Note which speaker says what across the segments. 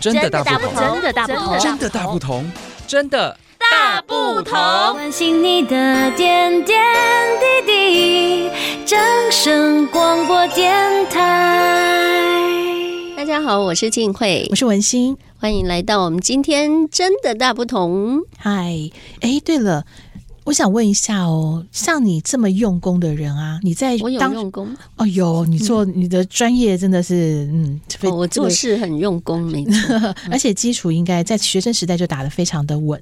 Speaker 1: 真的大不同，
Speaker 2: 真的大不同，
Speaker 1: 真的大不同，真的
Speaker 2: 大不同。
Speaker 3: 关心你的点点滴滴，掌声广播电台。
Speaker 4: 大家好，我是静慧
Speaker 2: 我，是文心。
Speaker 4: 欢迎来到我们今天真的大不同。
Speaker 2: 嗨，哎，对了，我想问一下哦，像你这么用功的人啊，你在
Speaker 4: 我有
Speaker 2: 当
Speaker 4: 用功，
Speaker 2: 哦有你做你的专业真的是嗯，非
Speaker 4: 哦、我做， 事嗯很用功，没错。
Speaker 2: 这个而且基础应该在学生时代就打得非常的稳，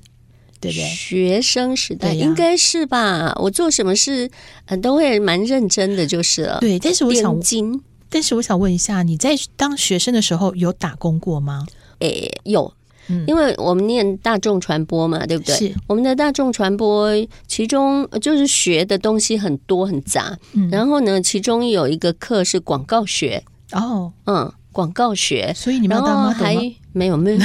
Speaker 2: 对不对？
Speaker 4: 学生时代
Speaker 2: 对呀
Speaker 4: 应该是吧？我做什么事，嗯，都会蛮认真的，就是了。
Speaker 2: 对，但是我想
Speaker 4: 点，睛，
Speaker 2: 但是我想问一下，你在当学生的时候有打工过吗？
Speaker 4: 诶，有
Speaker 2: 嗯。
Speaker 4: 因为我们念大众传播嘛，对不对？
Speaker 2: 是
Speaker 4: 我们的大众传播，其中呃就是学的东西很多很杂。
Speaker 2: 嗯
Speaker 4: 然后呢，其中有一个课是广告学，
Speaker 2: 哦，
Speaker 4: 嗯，广告学。
Speaker 2: 所以你们
Speaker 4: 然
Speaker 2: 要
Speaker 4: 后
Speaker 2: 当 model
Speaker 4: 还
Speaker 2: 吗？
Speaker 4: 没有 没有，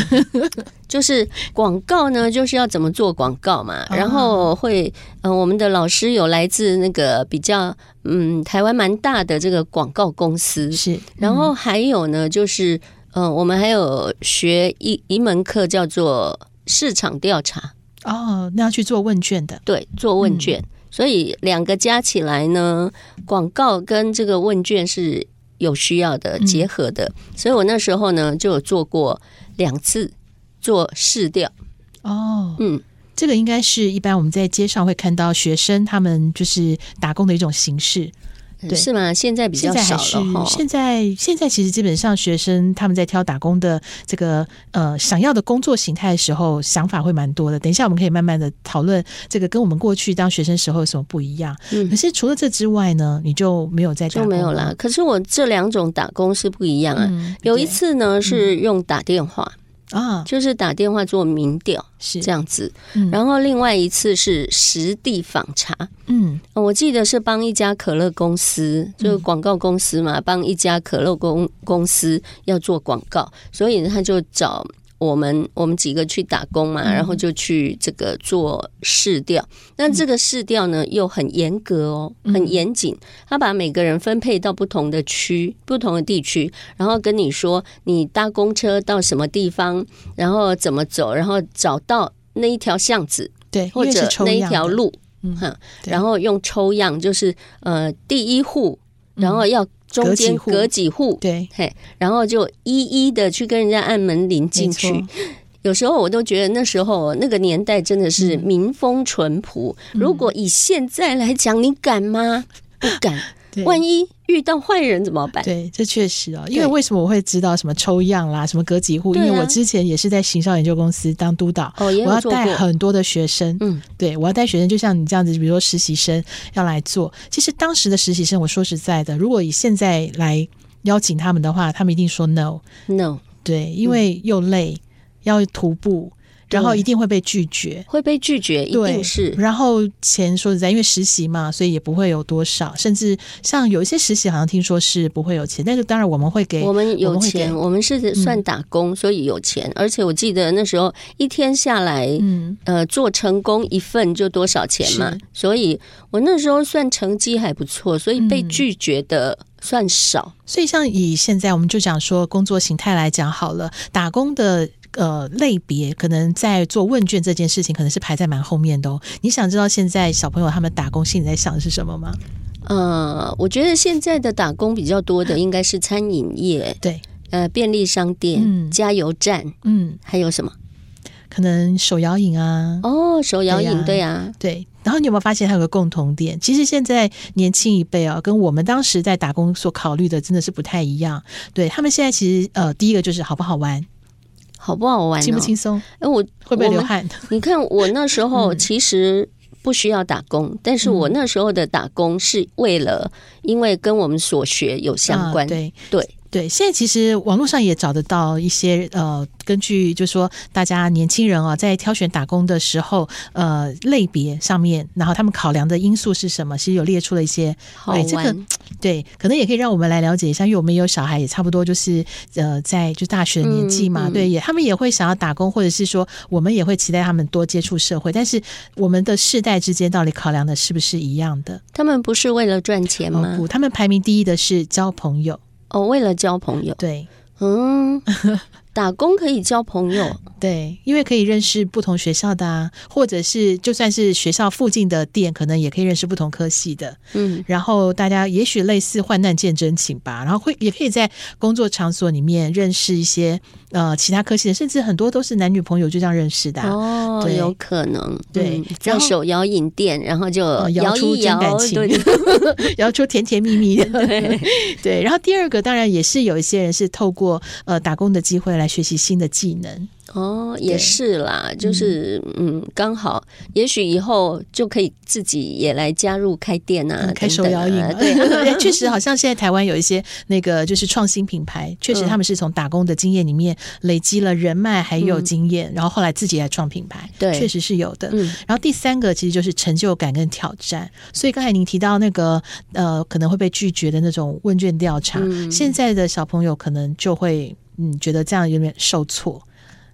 Speaker 4: 就是广告呢，就是要怎么做广告嘛。
Speaker 2: 啊
Speaker 4: 然后会，嗯、我们的老师有来自那个比较，嗯，台湾蛮大的这个广告公司。
Speaker 2: 是，
Speaker 4: 然后还有呢，就是，嗯、我们还有学一一门课叫做市场调查，
Speaker 2: 哦，那要去做问卷的，
Speaker 4: 对，做问卷。
Speaker 2: 嗯
Speaker 4: 所以两个加起来呢，广告跟这个问卷是有需要的
Speaker 2: 嗯
Speaker 4: 结合的。所以我那时候呢就有做过两次做试调，
Speaker 2: 哦，
Speaker 4: 嗯，
Speaker 2: 这个应该是一般我们在街上会看到学生他们就是打工的一种形式，对
Speaker 4: 嗯是吗？现在比
Speaker 2: 现
Speaker 4: 较
Speaker 2: 在还
Speaker 4: 少
Speaker 2: 是
Speaker 4: 了哈。
Speaker 2: 现在现在其实基本上学生他们在挑打工的这个呃想要的工作形态的时候，想法会蛮多的。等一下我们可以慢慢的讨论这个跟我们过去当学生时候有什么不一样。
Speaker 4: 嗯
Speaker 2: 可是除了这之外呢，你就没有在打
Speaker 4: 就
Speaker 2: 工
Speaker 4: 没有啦，可是我这两种打工是不一样啊。
Speaker 2: 嗯
Speaker 4: 有一次呢是用打电话，
Speaker 2: 啊，
Speaker 4: 就是打电话做民调
Speaker 2: 是
Speaker 4: 这，样子，
Speaker 2: 嗯
Speaker 4: 然后另外一次是实地访查，
Speaker 2: 嗯
Speaker 4: 呃我记得是帮一家可乐公司，就是广告公司嘛，帮一家可乐公公司要做广告，所以他就找我们我们几个去打工嘛，然后
Speaker 2: 嗯
Speaker 4: 就去这个做试调。那这个试调呢又很严格哦，
Speaker 2: 嗯
Speaker 4: 很严谨，他把每个人分配到不同的区、不同的地区，然后跟你说你搭公车到什么地方，然后怎么走，然后找到那一条巷子，
Speaker 2: 对，
Speaker 4: 或
Speaker 2: 因为
Speaker 4: 者
Speaker 2: 是抽
Speaker 4: 那一
Speaker 2: 样
Speaker 4: 条
Speaker 2: 的，
Speaker 4: 路，
Speaker 2: 嗯
Speaker 4: 哈，
Speaker 2: 对
Speaker 4: 然后用抽样，就是呃第一户，然后要中间
Speaker 2: 隔
Speaker 4: 隔几户，
Speaker 2: 对，
Speaker 4: 嘿，然后就一一的去跟人家按门铃进
Speaker 2: 没
Speaker 4: 去
Speaker 2: 错。，
Speaker 4: 有时候我都觉得那时候那个年代真的
Speaker 2: 嗯
Speaker 4: 是民风淳朴。如果以现在来讲，你敢 吗？不敢。
Speaker 2: 对
Speaker 4: 万一遇到坏人怎么办？
Speaker 2: 对，这确实哦，因为
Speaker 4: 对
Speaker 2: 为什么我会知道什么抽样啦，什么隔几户？因
Speaker 4: 对啊
Speaker 2: 为我之前也是在行销研究公司当督导，
Speaker 4: 哦，也
Speaker 2: 我
Speaker 4: 有
Speaker 2: 要
Speaker 4: 做过
Speaker 2: 带。很多的学生，
Speaker 4: 嗯，
Speaker 2: 对我要带学生，就像你这样子，比如说实习生要来做。其实当时的实习生，我说实在的，如果以现在来邀请他们的话，他们一定说 no，
Speaker 4: no
Speaker 2: 对，因为又累，要徒步，然后
Speaker 4: 嗯对
Speaker 2: 一定会被拒绝。
Speaker 4: 会被拒绝，一
Speaker 2: 对，
Speaker 4: 定是
Speaker 2: 然后钱说实在，因为实习嘛，所以也不会有多少，甚至像有一些实习好像听说是不会有钱，但是当然我们会给
Speaker 4: 我们
Speaker 2: 我
Speaker 4: 有
Speaker 2: 们会
Speaker 4: 钱，
Speaker 2: 给嗯
Speaker 4: 我们是算打工，所以有钱。而且我记得那时候一天下来，
Speaker 2: 嗯
Speaker 4: 呃，做成功一份就多少钱嘛
Speaker 2: 是。
Speaker 4: 所以我那时候算成绩还不错，所以被拒绝的算少。
Speaker 2: 所以，像以现在我们就讲说工作形态来讲好了，打工的。呃，类别可能在做问卷这件事情，可能是排在蛮后面的哦。你想知道现在小朋友他们打工心里在想的是什么吗？
Speaker 4: 呃，我觉得现在的打工比较多的应该是餐饮业，
Speaker 2: 啊对，
Speaker 4: 呃，便利商店、
Speaker 2: 嗯
Speaker 4: 加油站，
Speaker 2: 嗯，
Speaker 4: 还有什么？
Speaker 2: 可能手摇饮啊，
Speaker 4: 哦，手摇饮，
Speaker 2: 对
Speaker 4: 对啊，
Speaker 2: 对。然后你有没有发现还有个共同点？其实现在年轻一辈啊，跟我们当时在打工所考虑的真的是不太一样。对他们现在其实呃，第一个就是好不好玩，
Speaker 4: 好不好玩、哦？
Speaker 2: 轻不轻松，
Speaker 4: 哎，我
Speaker 2: 会不会
Speaker 4: 我
Speaker 2: 流
Speaker 4: 们
Speaker 2: 汗？
Speaker 4: 你看，我那时 候
Speaker 2: 嗯
Speaker 4: 其实不需要打工，但是我那时候的打工是为了，因为跟我们所学有相关。
Speaker 2: 啊对
Speaker 4: 对
Speaker 2: 对，现在其实网络上也找得到一些呃，根据就说大家年轻人啊，在挑选打工的时候，呃，类别上面，然后他们考量的因素是什么，其实有列出了一些。
Speaker 4: 好
Speaker 2: 哎
Speaker 4: 玩。
Speaker 2: 这个对，可能也可以让我们来了解一下，因为我们也有小孩，也差不多就是呃，在就大学的年纪嘛，
Speaker 4: 嗯嗯
Speaker 2: 对，也他们也会想要打工，或者是说我们也会期待他们多接触社会，但是我们的世代之间到底考量的是不是一样的？
Speaker 4: 他们不是为了赚钱
Speaker 2: 哦
Speaker 4: 吗？
Speaker 2: 不，他们排名第一的是交朋友，
Speaker 4: 哦，为了交朋友。
Speaker 2: 对。
Speaker 4: 嗯，打工可以交朋友，
Speaker 2: 对，因为可以认识不同学校的啊，或者是就算是学校附近的店，可能也可以认识不同科系的。
Speaker 4: 嗯，
Speaker 2: 然后大家也许类似患难见真情吧，然后会也可以在工作场所里面认识一些呃其他科系的，甚至很多都是男女朋友就这样认识的啊、
Speaker 4: 哦，
Speaker 2: 对
Speaker 4: 有可能，
Speaker 2: 对
Speaker 4: 嗯
Speaker 2: 然
Speaker 4: 在
Speaker 2: 后
Speaker 4: 手摇饮店，然后就
Speaker 2: 呃摇
Speaker 4: 摇
Speaker 2: 出
Speaker 4: 一
Speaker 2: 真
Speaker 4: 摇，
Speaker 2: 感情
Speaker 4: 对，
Speaker 2: 然后就甜甜蜜蜜的。 对，然后第二个当然也是有一些人是透过呃打工的机会来学习新的技能，
Speaker 4: 哦，也
Speaker 2: 对
Speaker 4: 是啦，就是嗯，刚好，也许以后就可以自己也来加入开店啊，
Speaker 2: 嗯开手
Speaker 4: 等等
Speaker 2: 摇饮
Speaker 4: 啊
Speaker 2: 啊，
Speaker 4: 对，
Speaker 2: 对，确实好像现在台湾有一些那个就是创新品牌，确实
Speaker 4: 嗯
Speaker 2: 他们是从打工的经验里面累积了人脉还有经验，然后后来自己来创品牌，
Speaker 4: 对
Speaker 2: 确实是有的。
Speaker 4: 嗯
Speaker 2: 然后第三个其实就是成就感跟挑战，所以刚才您提到那个呃可能会被拒绝的那种问卷调查，
Speaker 4: 嗯
Speaker 2: 现在的小朋友可能就会嗯觉得这样有点受挫，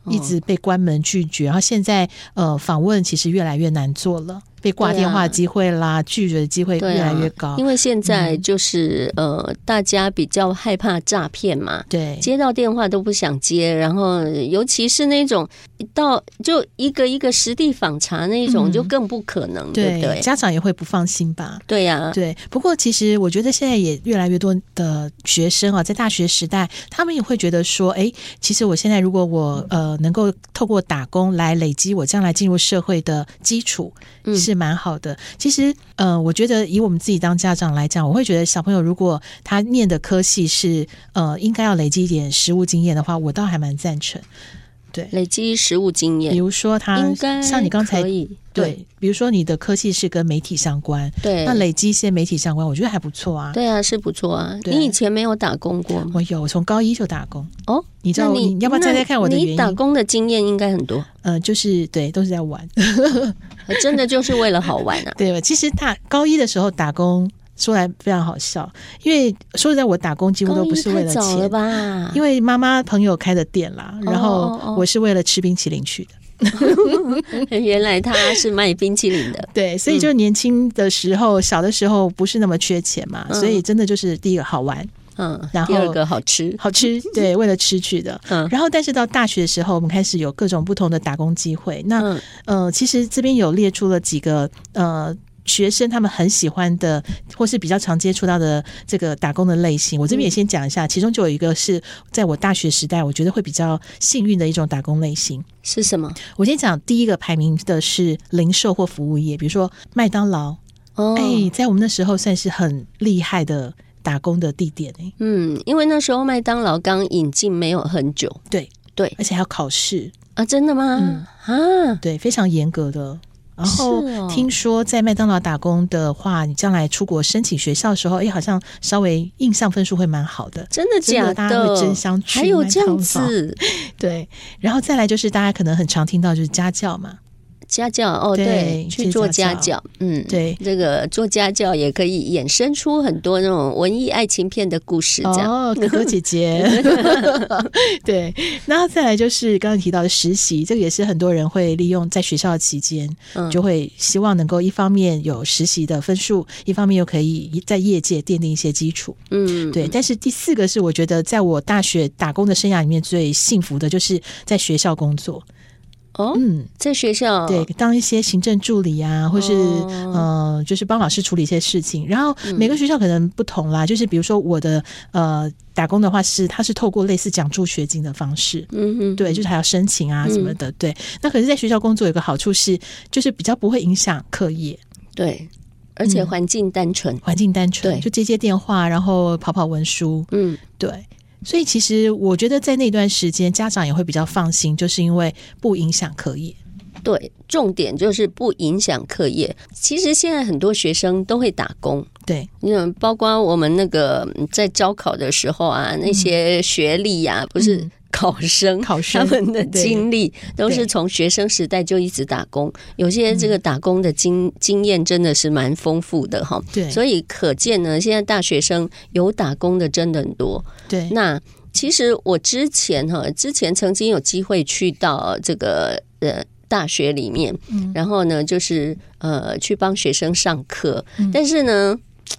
Speaker 2: 一
Speaker 4: 哦
Speaker 2: 直被关门拒绝，然后现在呃访问其实越来越难做了，被挂
Speaker 4: 对啊
Speaker 2: 电话的机会啦、拒绝的机会
Speaker 4: 对
Speaker 2: 越
Speaker 4: 啊
Speaker 2: 来越高，
Speaker 4: 因为现在
Speaker 2: 嗯
Speaker 4: 就是、呃，大家比较害怕诈骗嘛。
Speaker 2: 对
Speaker 4: 接到电话都不想接，然后呃尤其是那种一到就一个一个实地访查那种，
Speaker 2: 嗯
Speaker 4: 就更不可能，对
Speaker 2: 对
Speaker 4: 不对？嗯
Speaker 2: 家长也会不放心吧。
Speaker 4: 对呀、
Speaker 2: 对，不过其实我觉得现在也越来越多的学生啊，在大学时代，他们也会觉得说，哎，其实我现在如果我呃能够透过打工来累积我将来进入社会的基础，
Speaker 4: 嗯
Speaker 2: 是蛮好的。其实呃，我觉得以我们自己当家长来讲，我会觉得小朋友如果他念的科系是呃应该要累积一点实务经验的话，我倒还蛮赞成。对，
Speaker 4: 累积实务经
Speaker 2: 比
Speaker 4: 验，
Speaker 2: 如说他
Speaker 4: 应该
Speaker 2: 嗯啊像你刚才
Speaker 4: 可以，
Speaker 2: 对，比如说你的科系是跟媒体相关，
Speaker 4: 对，
Speaker 2: 那累积一些媒体相关，我觉得还不错啊。
Speaker 4: 对啊，是不错啊。
Speaker 2: 对
Speaker 4: 你以前没有打工过吗？
Speaker 2: 我有，我从高一就打工。
Speaker 4: 哦，
Speaker 2: 你知道
Speaker 4: 那
Speaker 2: 我
Speaker 4: 你
Speaker 2: 你要不要猜猜看我的
Speaker 4: 那
Speaker 2: 原
Speaker 4: 你
Speaker 2: 因？
Speaker 4: 打工的经验应该很多，呃
Speaker 2: 呃，就是对，都是在玩。。
Speaker 4: 真的就是为了好玩啊
Speaker 2: 对，其实大高一的时候打工，说来非常好笑，因为说实在，我打工 几 乎
Speaker 4: 高
Speaker 2: 都不
Speaker 4: 一
Speaker 2: 是为
Speaker 4: 太
Speaker 2: 了
Speaker 4: 早了
Speaker 2: 钱，
Speaker 4: 吧？
Speaker 2: 因为妈妈朋友开的店啦，然
Speaker 4: 啊哦
Speaker 2: 后
Speaker 4: 哦哦
Speaker 2: 我是为了吃冰淇淋去的。，
Speaker 4: 原来他是卖冰淇淋的
Speaker 2: 对，所以就年轻的时候，小的时候不是那么缺钱嘛，
Speaker 4: 嗯
Speaker 2: 所以真的就是第一个好玩、
Speaker 4: 嗯，
Speaker 2: 然后
Speaker 4: 第二个好吃，
Speaker 2: 好吃， 对，为了吃去的。
Speaker 4: 嗯
Speaker 2: 然后，但是到大学的时候，我们开始有各种不同的打工机会。那
Speaker 4: 嗯
Speaker 2: 呃，其实这边有列出了几个呃。学生他们很喜欢的，或是比较常接触到的这个打工的类型，我这
Speaker 4: 嗯
Speaker 2: 边也先讲一下。其中就有一个是在我大学时代，我觉得会比较幸运的一种打工类型。
Speaker 4: 是什么？
Speaker 2: 我先讲第一个排名的是零售或服务业，比如说麦当劳，
Speaker 4: 哦，
Speaker 2: 哎，在我们那时候算是很厉害的打工的地点哎，
Speaker 4: 嗯，因为那时候麦当劳刚引进没有很久
Speaker 2: 对
Speaker 4: 对
Speaker 2: 而且还要考试，
Speaker 4: 啊，真的
Speaker 2: 嗯
Speaker 4: 吗？啊，
Speaker 2: 对，非常严格的。然后
Speaker 4: 是哦
Speaker 2: 听说在麦当劳打工的话，你将来出国申请学校的时候，哎，好像稍微印象分数会蛮好的。
Speaker 4: 真的
Speaker 2: 真
Speaker 4: 假
Speaker 2: 的大家会争相去
Speaker 4: 还有
Speaker 2: 麦
Speaker 4: 这
Speaker 2: 当劳
Speaker 4: 样子
Speaker 2: 对，然后再来就是大家可能很常听到就是家教嘛，
Speaker 4: 家教哦，
Speaker 2: 对
Speaker 4: 对，
Speaker 2: 去
Speaker 4: 去做
Speaker 2: 家
Speaker 4: 家教，嗯，
Speaker 2: 对
Speaker 4: 这个做家教也可以衍生出很多那种文艺爱情片的故事，这样。
Speaker 2: 哦，哥哥 姐姐，哦对，然后再来就是刚刚提到的实习，这个也是很多人会利用在学校的期间，
Speaker 4: 嗯
Speaker 2: 就会希望能够一方面有实习的分数，一方面又可以在业界奠定一些基础。
Speaker 4: 嗯，
Speaker 2: 对，但是第四个是我觉得在我大学打工的生涯里面最幸福的，就是在学校工作。
Speaker 4: 哦，
Speaker 2: 嗯，
Speaker 4: 在学校
Speaker 2: 对，当一些行政助理啊，或是、
Speaker 4: 嗯哦嗯
Speaker 2: 呃，就是帮老师处理一些事情。然后每个学校可能不同啦，就是比如说我的呃打工的话是，它是透过类似奖助学金的方式。
Speaker 4: 嗯哼，
Speaker 2: 对，就是还要申请啊什么的，对。那可是，在学校工作有个好处是，就是比较不会影响课业，
Speaker 4: 对，而
Speaker 2: 嗯
Speaker 4: 且环境单纯，
Speaker 2: 环境单纯，
Speaker 4: 对
Speaker 2: 就接接电话，然后跑跑文书，
Speaker 4: 嗯，
Speaker 2: 对，所以其实我觉得在那段时间，家长也会比较放心，就是因为不影响课业。
Speaker 4: 对，重点就是不影响课业。其实现在很多学生都会打工。
Speaker 2: 对，
Speaker 4: 嗯，包括我们那个嗯在招考的时候啊，那些学历呀、不是
Speaker 2: 嗯
Speaker 4: 考生，
Speaker 2: 考生
Speaker 4: 他们的
Speaker 2: 对
Speaker 4: 经历都
Speaker 2: 对
Speaker 4: 是从学生时代就一直打工，有些这个打工的经、经验真的是蛮丰富的哈。
Speaker 2: 嗯对
Speaker 4: 所以可见呢，现在大学生有打工的真的很多。
Speaker 2: 对，
Speaker 4: 那其实我之前哈，之前曾经有机会去到这个呃大学里面，然后呢，就是呃去帮学生上课，但是呢。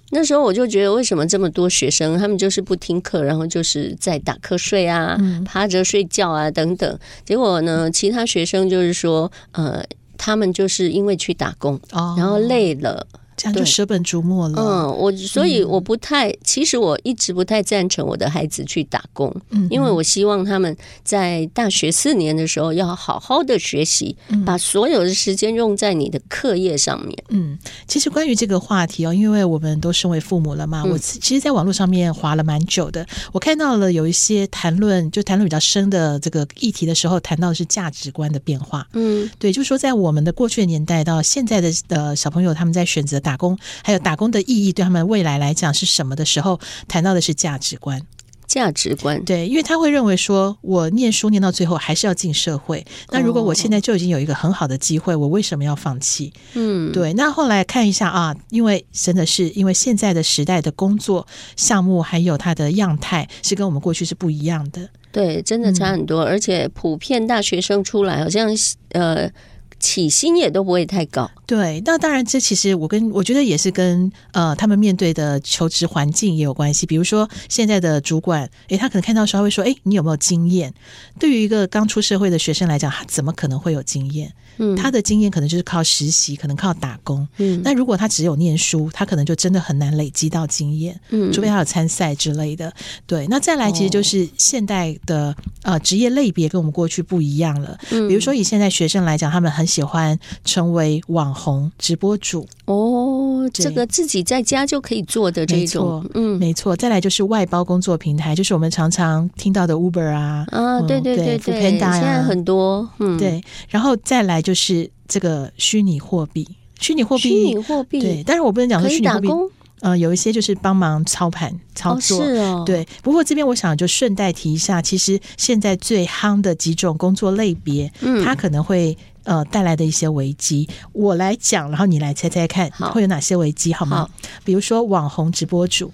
Speaker 4: 那时候我就觉得，为什么这么多学生，他们就是不听课，然后就是在打瞌睡啊、
Speaker 2: 嗯
Speaker 4: 趴着睡觉啊等等。结果呢，其他学生就是说，呃，他们就是因为去打工，
Speaker 2: 哦，
Speaker 4: 然后累了，
Speaker 2: 这样就
Speaker 4: 对
Speaker 2: 舍本逐末了。
Speaker 4: 嗯，我所以我不太，其实我一直不太赞成我的孩子去打工，
Speaker 2: 嗯，
Speaker 4: 因为我希望他们在大学四年的时候要好好的学习，把所有的时间用在你的课业上面。
Speaker 2: 嗯，其实关于这个话题哦，因为我们都身为父母了嘛，
Speaker 4: 嗯
Speaker 2: 我其其实，在网络上面划了蛮久的，我看到了有一些谈论，就谈论比较深的这个议题的时候，谈到的是价值观的变化。
Speaker 4: 嗯，
Speaker 2: 对，就是说，在我们的过去的年代到现在的呃小朋友，他们在选择打工，还有打工的意义对他们未来来讲是什么的时候，谈到的是价值观。
Speaker 4: 价值观，
Speaker 2: 对，因为他会认为说，我念书念到最后还是要进社会。那如果我现在就已经有一个很好的机会，我为什么要放弃？
Speaker 4: 嗯，
Speaker 2: 对，那后来看一下啊，因为真的是因为现在的时代的工作项目还有它的样态是跟我们过去是不一样的。
Speaker 4: 对，真的差很多，
Speaker 2: 嗯
Speaker 4: 而且普遍大学生出来好像呃起薪也都不会太高，
Speaker 2: 对，那当然，这其实我跟我觉得也是跟呃他们面对的求职环境也有关系。比如说现在的主管，诶，他可能看到的时候他会说，诶，你有没有经验？对于一个刚出社会的学生来讲，他怎么可能会有经验？
Speaker 4: 嗯，
Speaker 2: 他的经验可能就是靠实习，可能靠打工。
Speaker 4: 嗯
Speaker 2: 那如果他只有念书，他可能就真的很难累积到经验，
Speaker 4: 嗯
Speaker 2: 除非他有参赛之类的。对，那再来其实就是现代的、呃职业类别跟我们过去不一样了。
Speaker 4: 嗯
Speaker 2: 比如说以现在学生来讲，他们很喜欢成为网红、直播主，
Speaker 4: 哦，
Speaker 2: 对
Speaker 4: 这个自己在家就可以做的这
Speaker 2: 没
Speaker 4: 种
Speaker 2: 错，
Speaker 4: 嗯
Speaker 2: 没错。再来就是外包工作平台，就是我们常常听到的 Uber 啊，
Speaker 4: 啊，对
Speaker 2: 嗯
Speaker 4: 对对
Speaker 2: 对
Speaker 4: 对，
Speaker 2: ，Foodpanda
Speaker 4: 现在
Speaker 2: 呀
Speaker 4: 很多，嗯，，
Speaker 2: 对。然后再来就是这个虚拟货币，虚拟货
Speaker 4: 虚
Speaker 2: 币
Speaker 4: 拟。货
Speaker 2: 对，
Speaker 4: 币
Speaker 2: 但是我不能讲
Speaker 4: 可
Speaker 2: 说虚
Speaker 4: 以
Speaker 2: 拟
Speaker 4: 打
Speaker 2: 货币
Speaker 4: 工
Speaker 2: 呃，有一些就是帮忙操盘操
Speaker 4: 哦，
Speaker 2: 作。
Speaker 4: 是哦，，
Speaker 2: 对，不过这边我想就顺带提一下，其实现在最夯的几种工作类别，
Speaker 4: 嗯
Speaker 2: 它可能会呃带来的一些危机，我来讲，然后你来猜猜看
Speaker 4: 好
Speaker 2: 会有哪些危机，好吗
Speaker 4: 好？
Speaker 2: 比如说网红直播主，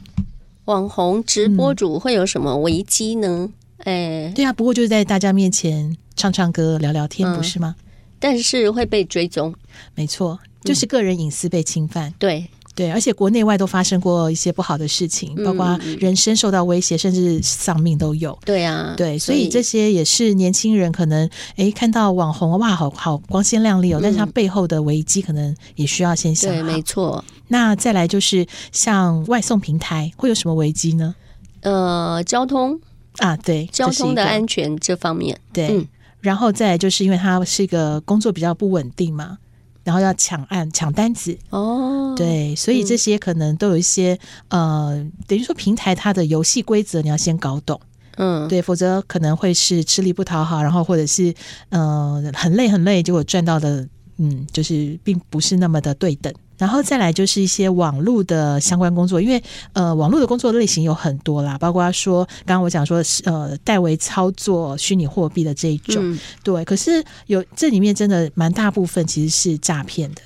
Speaker 4: 网红直
Speaker 2: 嗯
Speaker 4: 播主会有什么危机呢？哎，
Speaker 2: 对啊，不过就是在大家面前唱唱歌、聊聊天，不
Speaker 4: 嗯
Speaker 2: 是吗？
Speaker 4: 但是会被追踪，
Speaker 2: 没错，
Speaker 4: 嗯
Speaker 2: 就是个人隐私被侵犯。
Speaker 4: 对，
Speaker 2: 对，而且国内外都发生过一些不好的事情，包括
Speaker 4: 嗯嗯嗯
Speaker 2: 人身受到威胁，甚至丧命都有。
Speaker 4: 对啊，
Speaker 2: 对，所以这些也是年轻人可能诶看到网红哇，好好光鲜亮丽哦，但是他背后的危机可能也需要先
Speaker 4: 嗯
Speaker 2: 想
Speaker 4: 对，
Speaker 2: 好
Speaker 4: 没。错，
Speaker 2: 那再来就是像外送平台会有什么危机呢？
Speaker 4: 呃，交通
Speaker 2: 啊，对，
Speaker 4: 交
Speaker 2: 这是一
Speaker 4: 通的
Speaker 2: 个
Speaker 4: 安全这方面，
Speaker 2: 对，
Speaker 4: 嗯
Speaker 2: 然后再来就是因为他是一个工作比较不稳定嘛，然后要抢案抢单子，
Speaker 4: 哦，，
Speaker 2: 对，所以这些可能都有一些、呃，等于说平台它的游戏规则你要先搞懂。
Speaker 4: 嗯，
Speaker 2: 对，否则可能会是吃力不讨好，然后或者是呃很累很累，结果赚到的嗯就是并不是那么的对等。然后再来就是一些网络的相关工作，因为呃网络的工作类型有很多啦，包括说刚刚我讲说呃代为操作虚拟货币的这一种，
Speaker 4: 嗯
Speaker 2: 对。可是有这里面真的蛮大部分其实是诈骗的，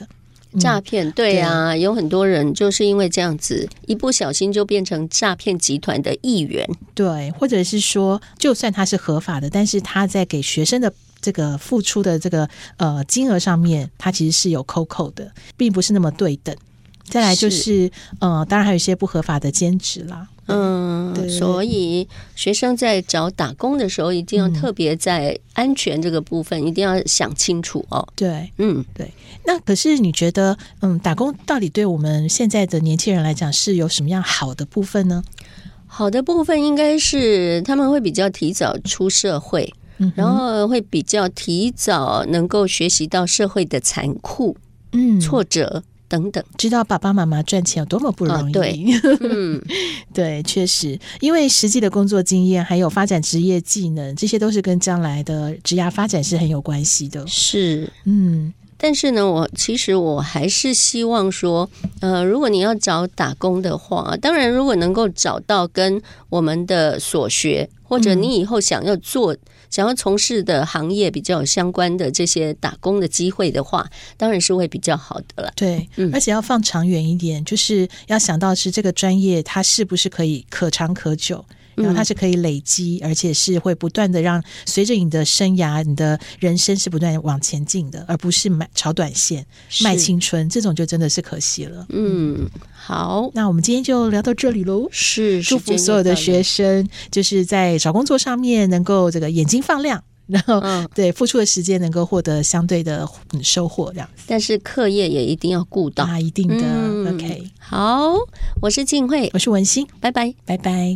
Speaker 2: 嗯
Speaker 4: 诈骗，对啊，有很多人就是因为这样子，一不小心就变成诈骗集团的一员。
Speaker 2: 对，或者是说，就算它是合法的，但是他在给学生的这个付出的这个呃金额上面，它其实是有扣扣的，并不是那么对等。再来就是呃，当然还有一些不合法的兼职啦。
Speaker 4: 嗯
Speaker 2: 对，
Speaker 4: 所以学生在找打工的时候，一定要
Speaker 2: 嗯
Speaker 4: 特别在安全这个部分，一定要想清楚哦。
Speaker 2: 对，
Speaker 4: 嗯，
Speaker 2: 那可是你觉得，嗯，打工到底对我们现在的年轻人来讲是有什么样好的部分呢？
Speaker 4: 好的部分应该是他们会比较提早出社会，
Speaker 2: 嗯哼，
Speaker 4: 然后会比较提早能够学习到社会的残酷、
Speaker 2: 嗯，
Speaker 4: 挫折等等。
Speaker 2: 知道爸爸妈妈赚钱有多么不容易，
Speaker 4: 啊对嗯。
Speaker 2: 对，确实，因为实际的工作经验，还有发展职业技能，这些都是跟将来的职涯发展是很有关系的。
Speaker 4: 是，
Speaker 2: 嗯
Speaker 4: 但是呢，我其实我还是希望说，呃，如果你要找打工的话，当然如果能够找到跟我们的所学，或者你以后想要做、想要从事的行业比较有相关的这些打工的机会的话，当然是会比较好的啦。
Speaker 2: 对，
Speaker 4: 嗯
Speaker 2: 而且要放长远一点，就是要想到是这个专业它是不是可以可长可久，然
Speaker 4: 嗯
Speaker 2: 后它是可以累积，而且是会不断的让随着你的生涯、你的人生是不断地往前进的，而不是买炒短线、卖青春，这种就真的是可惜了。
Speaker 4: 嗯，好，
Speaker 2: 那我们今天就聊到这里喽。
Speaker 4: 是
Speaker 2: 祝福所有的学
Speaker 4: 生，
Speaker 2: 生，就是在找工作上面能够这个眼睛放亮， 然后、
Speaker 4: 嗯，
Speaker 2: 对付出的时间能够获得相对的嗯收获，这样子
Speaker 4: 但是课业也一定要顾到。
Speaker 2: 啊，一定的。
Speaker 4: 嗯
Speaker 2: OK，
Speaker 4: 好，我是静慧，
Speaker 2: 我是文心，
Speaker 4: 拜拜。
Speaker 2: 拜拜。